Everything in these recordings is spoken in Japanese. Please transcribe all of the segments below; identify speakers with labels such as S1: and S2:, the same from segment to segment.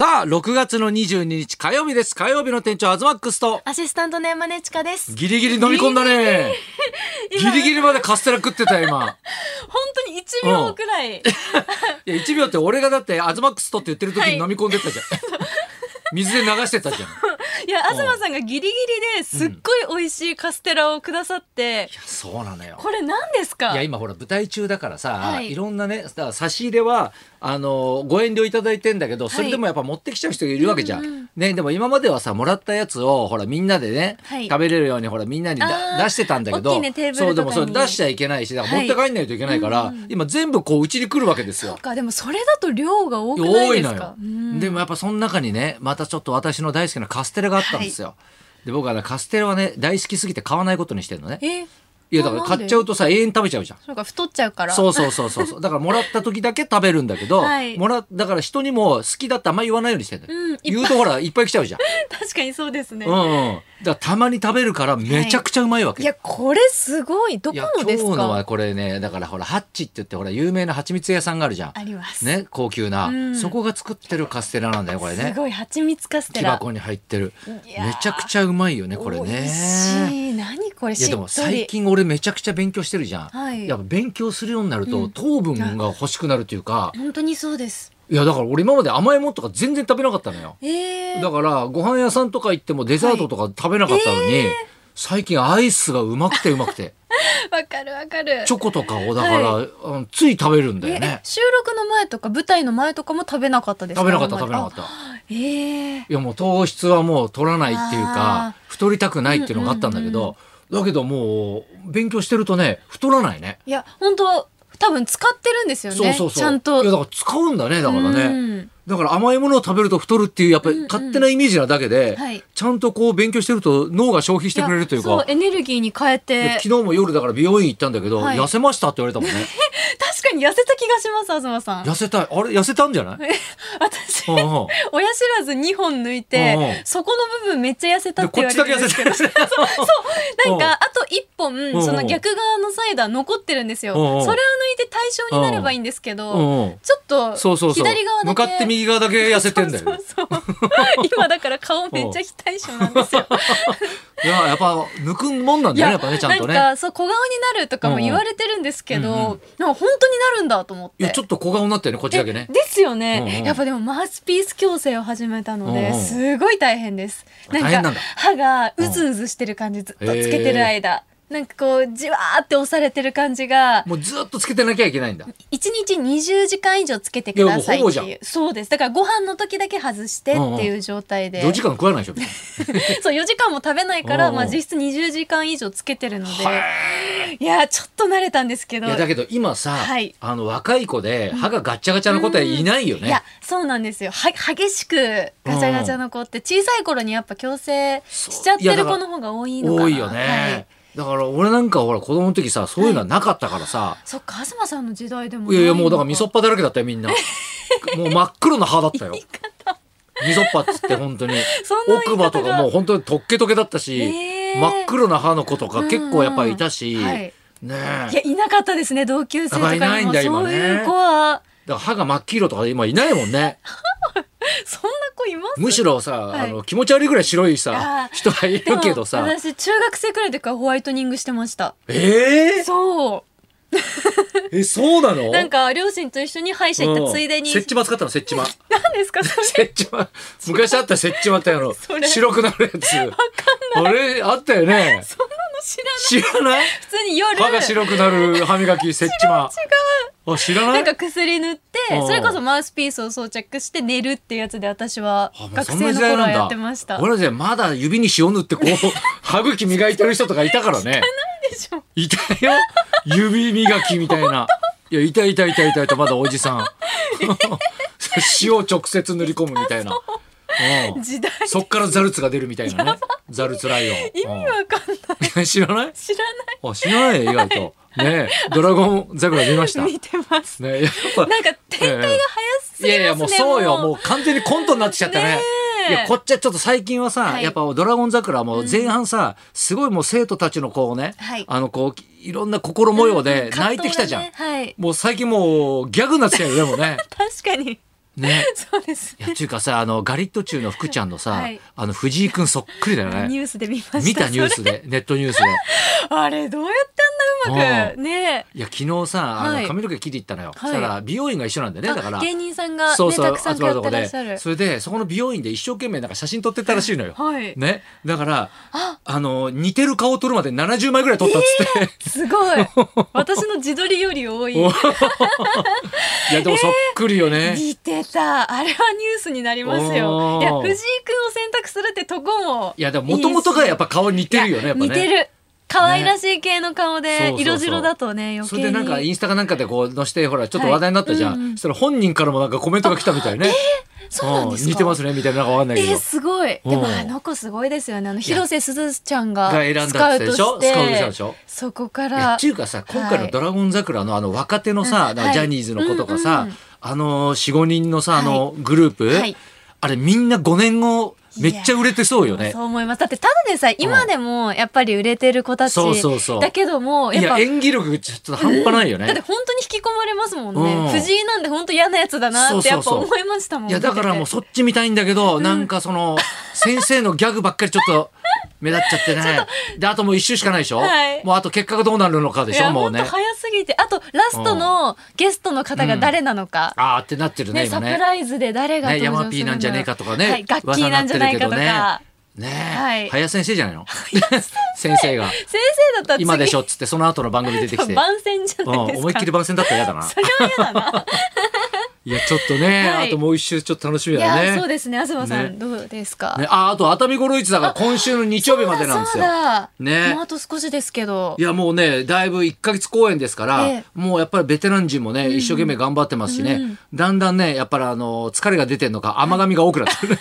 S1: さあ、6月の22日火曜日です。火曜日の店長、アズマックスと、
S2: アシスタントの山根千佳です。
S1: ギリギリ飲み込んだね。ギリギリまでカステラ食ってたよ、 今。
S2: 本当に1秒くらい。
S1: いや、1秒って俺がだって、アズマックスとって言ってる時に飲み込んでった じゃん。水で流してたじゃん。い
S2: いや、東さんがギリギリですっごい美味しいカステラをくださって、
S1: や、そうなのよ。
S2: これ何ですか
S1: いや今ほら舞台中だからさ、、
S2: はいい
S1: ろんなねだから差し入れはあのご遠慮いただいてんだけどそれでもやっぱ持ってきちゃう人がいるわけじゃん、
S2: うんう
S1: ね、でも今まではさもらったやつをほらみんなでね、
S2: はい
S1: 食べれるようにほらみんなにだ
S2: あー
S1: 出してたんだけど
S2: 大きいねテーブル
S1: そうで
S2: とか
S1: も
S2: に
S1: それ出しちゃいけないしだから持
S2: は
S1: って
S2: い
S1: 帰んないといけないから、今全部こううちに来るわけです
S2: そ
S1: よ
S2: う。か、でもそれだと量が多くな
S1: 多
S2: い
S1: い
S2: で
S1: の
S2: すか
S1: よ。、
S2: うん
S1: でもやっぱその中にねまたちょっと私の大好きなカステラがあったんですよ。で僕はねカステラはね大好きすぎて買わないことにしてるのね。
S2: え
S1: いやだから買っちゃうとさ永遠食べちゃうじゃん。
S2: そうか、太っちゃうから。
S1: そうそうそうそうそうだからもらった時だけ食べるんだけど、
S2: はい
S1: もらだから人にも好きだってあんま言わないようにしてる、
S2: うんいっぱい
S1: 言うとほらいっぱい来ちゃうじゃん、
S2: 確かにそうですね。
S1: うんうん、だからたまに食べるからめちゃくちゃうまいわけ、
S2: いや、これすごい。ど
S1: い
S2: こ
S1: や
S2: のです
S1: 今日の
S2: か
S1: はこれねだからほらハッチって言ってほら有名な蜂蜜屋さんがあるじゃん
S2: あります。
S1: ね高級な、
S2: うん
S1: そこが作ってるカステラなんだよこれ
S2: す
S1: ね
S2: ごい、蜂蜜カステ
S1: 木
S2: ラ。
S1: 箱に入ってる
S2: いやー
S1: めちゃくちゃうまいよねこれ
S2: 美
S1: ね
S2: 味しい。何これ、
S1: い
S2: し
S1: や
S2: っ
S1: でも
S2: と
S1: 最
S2: り。
S1: 近俺めちゃくちゃ勉強してるじゃん、
S2: はい
S1: やっぱ勉強するようになると糖分が欲しくなるというか、
S2: 本当にそうです。
S1: いやだから俺今まで甘いもんとか全然食べなかったのよ。
S2: えー
S1: だからご飯屋さんとか行ってもデザートとか食べなかったのに、最近アイスがうまくてうまくて、
S2: わかるわかる。
S1: チョコとかをだから、あのつい食べるんだよ
S2: え
S1: ね。
S2: 収録の前とか舞台の前とかも食べなかったです
S1: 食べなかった
S2: 今
S1: 食
S2: ま
S1: べ
S2: で
S1: なかった。
S2: あええ
S1: いやもう糖質はもう取らないっていうか
S2: あ、
S1: 太りたくないっていうのがあったんだけど、だけどもう勉強してるとね、太らないね。
S2: いや本当は多分使ってるんですよね
S1: そうそうそう。
S2: ちゃん
S1: いや
S2: と
S1: だから使うんだね、だからね。
S2: うん
S1: だから甘いものを食べると太るっていうやっぱり勝手なイメージなだけで、
S2: はい
S1: ちゃんとこう勉強してると脳が消費してくれるという
S2: やそう
S1: か。
S2: エネルギーに変え
S1: で
S2: て
S1: 昨日も夜だから美容院行ったんだけど、
S2: はい
S1: 痩せましたって言われたもんね。
S2: 確かに痩せた気がします東さん
S1: 痩せたい。あれ痩せたんじゃない
S2: 私
S1: うんうん
S2: 親知らず2本抜い
S1: うん
S2: て
S1: うん
S2: そこの部分めっちゃ痩せた
S1: で、
S2: って
S1: こ
S2: 言わ
S1: っ
S2: れ
S1: ち
S2: て
S1: だけ
S2: る
S1: 痩
S2: んです
S1: せ
S2: け
S1: て
S2: ど
S1: る。
S2: なんかあと1
S1: うん
S2: 本その逆側のサイダー残ってるんですよ
S1: う
S2: そ
S1: ん
S2: れ
S1: う
S2: を
S1: ん
S2: 抜いて対象になればいいんですけ
S1: う
S2: ど
S1: んうん
S2: ちょっと
S1: そうそうそう。
S2: 左側だけ
S1: 向かって右側だけ痩せてんだよ。
S2: そうそうそう今だから顔めっちゃ非対称なんですよ。
S1: いや、やっぱ抜くもんなん
S2: い
S1: だよね、やっぱね、ちゃんと
S2: な
S1: ね。
S2: んかそう小顔になるとかも言われてるんですけど、
S1: うんうんうん
S2: なんか本当になるんだと思って。
S1: いや、ちょっと小顔になったよね、こっちだけね
S2: え。ですよね、
S1: うんうん
S2: やっぱでもマウスピース矯正を始めたので、
S1: うんうん
S2: すごい大変です。
S1: 大変なんだ
S2: 歯がうずうずしてる感じずっとつけてる間。なんかこうじわーって押されてる感じが
S1: もうずっとつけてなきゃいけないんだ。
S2: 1日20時間以上つけてください
S1: いやもうほぼ
S2: っ
S1: じゃ
S2: て
S1: ん
S2: いうそうですだからご飯の時だけ外してっていう状態で、
S1: 4時間食わないでしょ。
S2: そう4時間も食べないから、
S1: うんうん
S2: まあ、実質20時間以上つけてるのでいやーちょっと慣れたんですけど
S1: いや、だけど今さ、
S2: はい
S1: あの若い子で歯がガッチャガチャな子っていないよね。
S2: いやそうなんですよは激しくガチャガチャの子って小さい頃にやっぱ矯正しちゃっ
S1: いや
S2: て
S1: だ
S2: る
S1: から
S2: 子の方が多いのかな
S1: 多いよね、
S2: はい
S1: だから俺なんかほら子供の時さそういうのはなかったからさ、
S2: そっか東さんの時代でも
S1: い、
S2: な
S1: やいや
S2: の
S1: もうだからみそっぱだらけだったよみん なもう真っ黒な歯だったよみそっぱっつって本 当に
S2: そんな
S1: 奥
S2: 言い方が
S1: 歯とかもう本当にとっけとけだったし、
S2: えー
S1: 真っ黒な歯の子とか結構やっぱいたし、
S2: うんうんはい
S1: ねえ
S2: いやいなかったですね同級生とかに
S1: やっぱいないん
S2: も
S1: だ今
S2: そ
S1: ね
S2: ういう子は
S1: だから歯が真っ黄色とか今いないもんね
S2: そんな子います
S1: むしろさ、
S2: はい
S1: あの気持ち悪いぐらい白いさ
S2: あー
S1: 人がいるけど
S2: でも
S1: さ
S2: 私中学生くらいの時からホワイトニングしてました
S1: えー、
S2: そう
S1: えそうなの
S2: なんか両親と一緒に歯医者行ったついでに、
S1: うん設置場使ったの設置場
S2: 何ですかそれ
S1: 設置マ昔あった設置マってあの
S2: それ
S1: 白くなるやつあれあったよね
S2: そんなの知らない
S1: 知らない
S2: 普通に夜
S1: 歯が白くなる歯磨き設置マあ知らな
S2: なん
S1: い
S2: か薬塗って
S1: うん
S2: それこそマウスピースを装着して寝るっていうやつで私は
S1: あもう
S2: 学
S1: そんな
S2: 生の
S1: 時代
S2: 頃
S1: な
S2: は
S1: ん
S2: や
S1: だ
S2: ってました
S1: 俺らじゃまだ指に塩塗ってこう歯茎磨いてる人とかいたからね
S2: でしょ
S1: いたよ指磨きみたいないやいたいたいたいたいたまだおじさん塩直接塗り込むみたいなうん
S2: 時代
S1: そっからザルツが出るみたいなねザルツライオン
S2: 意味
S1: うん
S2: わかんない
S1: 知らない
S2: 知らない
S1: あ、知ら ない意外と。ねえドラゴン桜見ました。ね
S2: 見てます
S1: えやっぱ。
S2: なんか展開が早す
S1: い
S2: ぎますね
S1: やいや、もうそうよ。も
S2: う
S1: う完全にコントになってきちゃったね。い
S2: え
S1: や、こっちはちょっと最近はさ、
S2: はい
S1: やっぱドラゴン桜はもう前半さ、すごいもう生徒たちのこうね、
S2: はい
S1: あのこう、いろんな心模様で泣いてきたじゃん。
S2: 葛藤がねはい
S1: もう最近もうギャグになってきたよね、でもね。
S2: 確かに
S1: ね。
S2: そうです
S1: いや、っていうかさ、あの、ガリット中の福ちゃんのさ、
S2: はい
S1: あの、藤井くんそっくりだよ
S2: ニ
S1: ね。
S2: ュースで見ました
S1: 見たニュー
S2: そ
S1: スで、ネットニュースで。
S2: れあれどうやってあんなうま
S1: う
S2: くね
S1: いや、昨日さ、あ
S2: は
S1: の
S2: い
S1: 髪の毛切り行ったのよ。
S2: はい
S1: そしたら、美容院が一緒なんだよね、だか
S2: あ
S1: ら。
S2: 芸人さんがね
S1: そうそ
S2: た
S1: う、
S2: くさん
S1: 集
S2: 通
S1: まると
S2: っ
S1: こ
S2: てら
S1: で
S2: っしゃる。
S1: それで、そこの美容院で一生懸命なんか写真撮ってたらしいのよ。
S2: はい
S1: ね。だから、
S2: あ
S1: あの、似てる顔を撮るまで70枚ぐらい撮ったっつって。
S2: すご い私の自撮りより多い
S1: お いや、でもそっくりよね。
S2: 似てたあれはニュースになります
S1: おー
S2: よいや藤井君を選択するってとこも
S1: いや、でも元々がやっぱ顔似てるよね、やっぱね。
S2: 似てる可愛らしい系の顔
S1: ね
S2: で、
S1: そうそうそう
S2: 色白だとね余計に
S1: それでなんかインスタかなんかでこう載せてほらちょっと話題になったじゃん、
S2: はいうんうん
S1: そしたら本人からもなんかコメントが来たみたいね、
S2: そうなんですか
S1: うん似てますねみたいななんかわかんないけど、
S2: えーすごいで
S1: うん
S2: もあの子すごいですよねあの広瀬すずちゃんが
S1: が選んだっ
S2: スカウ
S1: てで
S2: ト
S1: しょ
S2: し
S1: スカウトしたで
S2: て
S1: しょ
S2: そこか
S1: いや
S2: ら
S1: っていうかさ今回の「ドラゴン桜」のあの若手のさ、
S2: うん
S1: なんかジャニーズの子とかさ、
S2: はいうんうん
S1: あの45人のさあのグループ、
S2: はい
S1: あれみんな5年後めっちゃ売れてそうよね
S2: そう思いますだってただでさえ今でもやっぱり売れてる子たち
S1: そうそうそう
S2: だけども
S1: いや
S2: やっぱ
S1: 演技力ちょっと半端ないよね、
S2: だって本当に引き込まれますもんね、
S1: うん
S2: 藤井なんで本当嫌なやつだなってやっぱ思いましたもん
S1: いやだからもう
S2: ち
S1: そっち見たいんだけど、なんかその先生のギャグばっかりちょっと目立っちゃ ってねであともう一周しかないでしょ、
S2: はい
S1: もうあと結果がどうなるのかでしょもうね
S2: 本当早すぎてあとラストのゲストの方が誰なのか、
S1: あーってなってるね
S2: ねサ
S1: 今
S2: プ
S1: ね
S2: ライズで誰が
S1: ね
S2: 登場す
S1: 山 P
S2: るのか、
S1: なんじゃねえかとかね、
S2: はい、ガッキーなんじゃないかと
S1: 噂
S2: か、
S1: になってるけどねねえ、
S2: はい
S1: 林先生じゃないの 先生が
S2: 先生だったら 次
S1: 今でしょっつってその後の番組出てきて、
S2: 番宣じゃ
S1: う
S2: ないで
S1: ん
S2: すか、
S1: 思いっきり番宣だったら嫌だな
S2: それは嫌だな
S1: いやちょっとね、
S2: はい
S1: あともう一周ちょっと楽しみ
S2: い
S1: だね
S2: やそうですね東さん、
S1: ね
S2: どうですか、
S1: ねああと熱海五郎一だから今週の日曜日までなんです
S2: そう
S1: よ
S2: だ
S1: ね
S2: もうあと少しですけど
S1: いやもうねだいぶ1ヶ月公演ですから、
S2: ええ
S1: もうやっぱりベテラン陣もね、一生懸命頑張ってますしね、
S2: うん
S1: だんだんねやっぱりあの疲れが出てるのか甘噛みが多くなってる、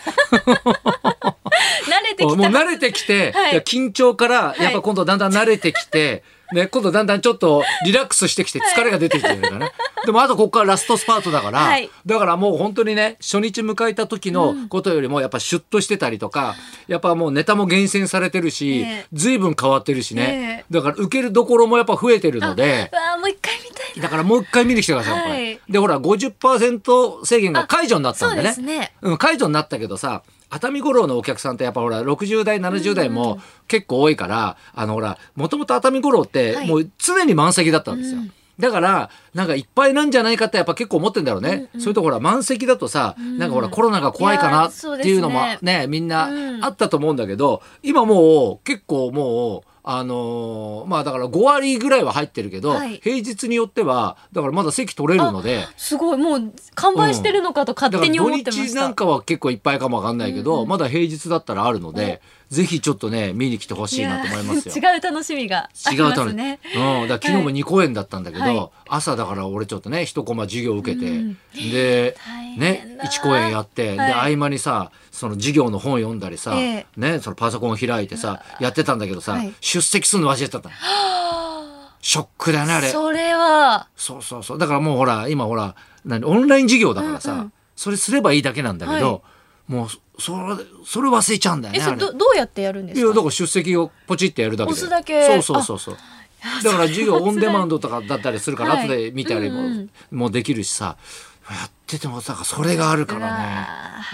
S2: 慣れて
S1: もう
S2: きた
S1: 慣れてきて、
S2: はい
S1: いや緊張からやっぱ今度だんだん慣れてき て、ね、今度だんだんちょっとリラックスしてきて疲れが出てきてるんだよね、でもあとここからラストスパートだから、
S2: はい
S1: だからもう本当にね初日迎えた時のことよりもやっぱシュッとしてたりとかやっぱもうネタも厳選されてるし、
S2: ええ
S1: 随分変わってるしね、
S2: ええ
S1: だから受けるどころもやっぱ増えてるので。
S2: うわもう一回見たいな
S1: だからもう一回見に来てください、こ
S2: はい
S1: れ。で、ほら、50%制限が解除になったん
S2: そう
S1: で
S2: で
S1: ね。
S2: すね
S1: うん、解除になったけどさ、熱海五郎のお客さんってやっぱほら、60代、70代も結構多いから、あのほら、もともと熱海五郎って
S2: はい
S1: もう常に満席だったんですよ。
S2: うん
S1: だから、なんかいっぱいなんじゃないかってやっぱ結構思ってんだろうね。それとほら、満席だとさ、
S2: ん
S1: なんかほら、コロナが怖いかない
S2: や
S1: って
S2: そうですね
S1: いうのもね、みん
S2: う
S1: なんあったと思うんだけど、今もう結構もう、あのーまあだから5割ぐらいは入ってるけど、
S2: はい
S1: 平日によってはだからまだ席取れるのです
S2: ごいもう完売してるのかと勝
S1: だか
S2: 手
S1: ら
S2: に
S1: 土
S2: 思ってま
S1: 日
S2: し
S1: な
S2: た、
S1: んかは結構いっぱいかもわかんないけど、まだ平日だったらあるので、ぜひちょっとね見に来てほしいなと思いますよ。
S2: や違う楽しみがあ
S1: 違
S2: り
S1: う
S2: ま
S1: た
S2: すね
S1: うん、だから昨日も
S2: はい
S1: 2公演だったんだけど、
S2: はい
S1: 朝だから俺ちょっとね一コマ授業受けて、
S2: うん
S1: で
S2: 大変だ
S1: ね1公演やって、で
S2: はい
S1: 合間にさその授業の本読んだりさ、
S2: え
S1: ね、そのパソコン開いてさやってたんだけどさ、
S2: はい
S1: 出席するの忘れてた のショックだねあれ
S2: それは
S1: そうそうそうだからもうほら今ほら何オンライン授業だからさ、
S2: うんうん
S1: それすればいいだけなんだけど、もうそそれそれ忘れちゃうんだよ
S2: え
S1: ね
S2: そ
S1: あ
S2: れ
S1: れ
S2: ど。どうやってやるんで
S1: い
S2: す
S1: やだ
S2: か
S1: から出席をポチってやるだけで
S2: 押すだけ
S1: そうそうそうそうだから授業オンデマンドとかだったりするから
S2: はい
S1: 後で見たりも,、
S2: うんうん
S1: もうできるしさやっててもさそれがあるからね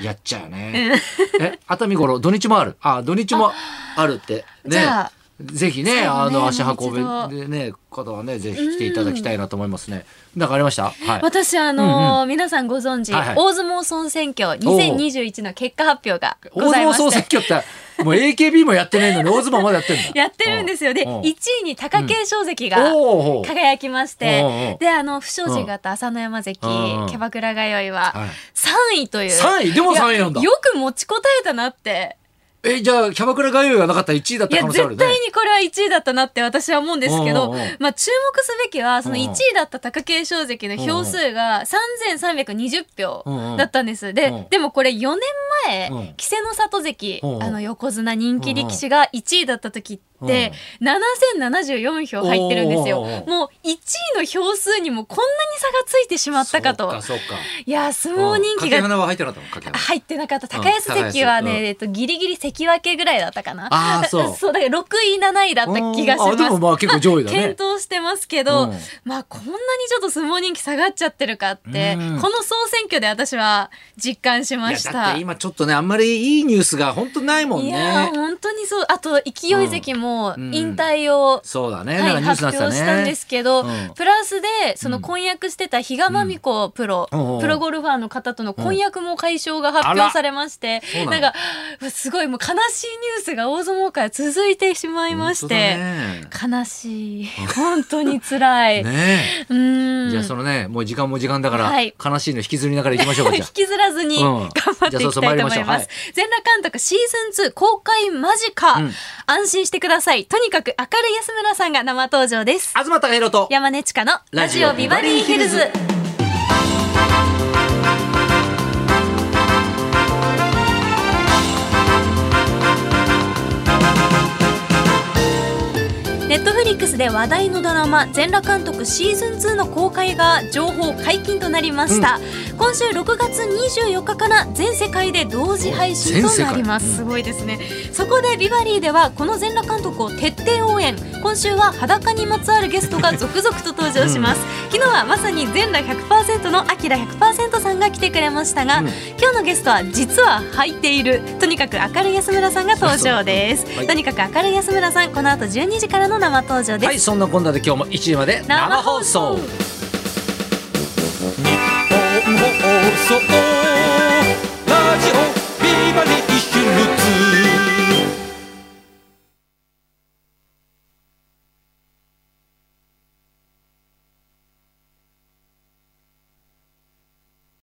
S1: やっちゃうねえ熱海五郎土日もあるあ土日もあるって
S2: じ
S1: ね
S2: ゃあ
S1: ぜひ
S2: そう
S1: ね
S2: ね
S1: あの
S2: もう
S1: 足
S2: 一度
S1: 運べでね方はねぜひ来ていただきたいなと思いますねなんかありましたはい
S2: 私あのー皆さんご存知、
S1: はいはい
S2: 大相撲総選挙2021の結果発表がご
S1: 大
S2: ざい
S1: 相撲
S2: ま
S1: 総
S2: し
S1: 選
S2: て
S1: 挙ってもう AKB もやってないのに大相撲まだやってんだ
S2: やってるんですよで
S1: うん
S2: 1位に貴景勝関が
S1: おお
S2: 輝きまし
S1: おうおう
S2: てであの不祥事があった朝乃山関キ
S1: うんうん
S2: ャバクラ通いは
S1: はい
S2: 3位という
S1: 3位でも3位なんだ
S2: いやよく持ちこたえたなって
S1: えじゃあキャバクラ概要がなかったら1位だっ
S2: い
S1: た
S2: や
S1: 可能性ある
S2: 絶
S1: ね
S2: 対にこれは1位だったなって私は思うんですけ
S1: お
S2: ど
S1: うおうおう
S2: まあ注目すべきはその
S1: うん
S2: 1
S1: うん
S2: 位だった貴景勝関の票数が3320
S1: うんう
S2: 票
S1: ん
S2: だったんです
S1: うん
S2: ででもこれ4年
S1: う
S2: 前
S1: ん
S2: 稀勢の里関
S1: うんうん
S2: あの横綱人気力士が1位だった時っって、7074票入ってるんですよ。
S1: おーおーおー
S2: もう1位の票数にもこんなに差がついてしまったかと。
S1: そうかそうか
S2: いやー相撲人
S1: う
S2: 気
S1: ん掛け
S2: が
S1: 花は入ってなかったの掛け花
S2: 入ってなかった高安関はね、
S1: うん
S2: えっと、ギリギリ関脇ぐらいだったかな
S1: あーそう
S2: だから6位7位だった気がし
S1: うんあで
S2: ま
S1: も
S2: す
S1: まあ結構上位だ
S2: 検
S1: ね
S2: 討してますけ
S1: う
S2: ど、
S1: ん
S2: まあこんなにちょっと相撲人気下がっちゃってるかって、
S1: うん
S2: この総選挙で私は実感し
S1: い
S2: ま
S1: や
S2: した。
S1: だって今ちょっとねあんまりいいニュースが本当ないもん
S2: いや
S1: ね
S2: ー本当にそうあと勢い関も
S1: うん
S2: 引退を、
S1: そうだね、
S2: はい
S1: なんかニュース
S2: 発
S1: になっ
S2: 表
S1: てたね
S2: したんですけど、
S1: うん
S2: プラスでその
S1: うん
S2: 婚約してた比嘉真美子プロ、
S1: うんうん
S2: プロゴルファーの方との婚約も解消が発
S1: あら
S2: 表されまして、
S1: そうな
S2: な
S1: の
S2: んかうわすごいもう悲しいニュースが大相撲界続いてしまいまして、
S1: 本
S2: 悲しい本当に 辛
S1: 当だね
S2: い、
S1: ね
S2: うー
S1: え
S2: ん
S1: じゃあそ のねもう時間も時間だから、
S2: はい
S1: 悲しいの引きずりながら行きましょうかじ
S2: 引
S1: ゃ あ
S2: きずらずに
S1: うん
S2: 頑張っていきたいと思
S1: じゃ
S2: い
S1: あそうそう参りま
S2: ま
S1: しょ
S2: す。全裸監督シーズン2公開間近、
S1: うん
S2: 安心してください。とにかく明るい安村さんが生登場です。
S1: 東隆弘と
S2: 山根千佳のラジオビバリーヒルズ。ネットフリックスで話題のドラマ「全裸監督シーズン2」の公開が情報解禁となりました、今週6月24日から全世界で同時配信となります、
S1: 全世界うん
S2: すごいですねそこでビバリーではこの全裸監督を徹底応援今週は裸にまつわるゲストが続々と登場します、昨日はまさに全裸100%のアキラ100%さんが来てくれましたが、
S1: うん
S2: 今日のゲストは実は履いているとにかく明るい安村さんが登場です
S1: そうそうはい
S2: とにかく明るい安村さんこの後12時からの生登場です、
S1: はいそんなこんなで今日も1時まで生放送日本放送ラジオビバリーヒルズ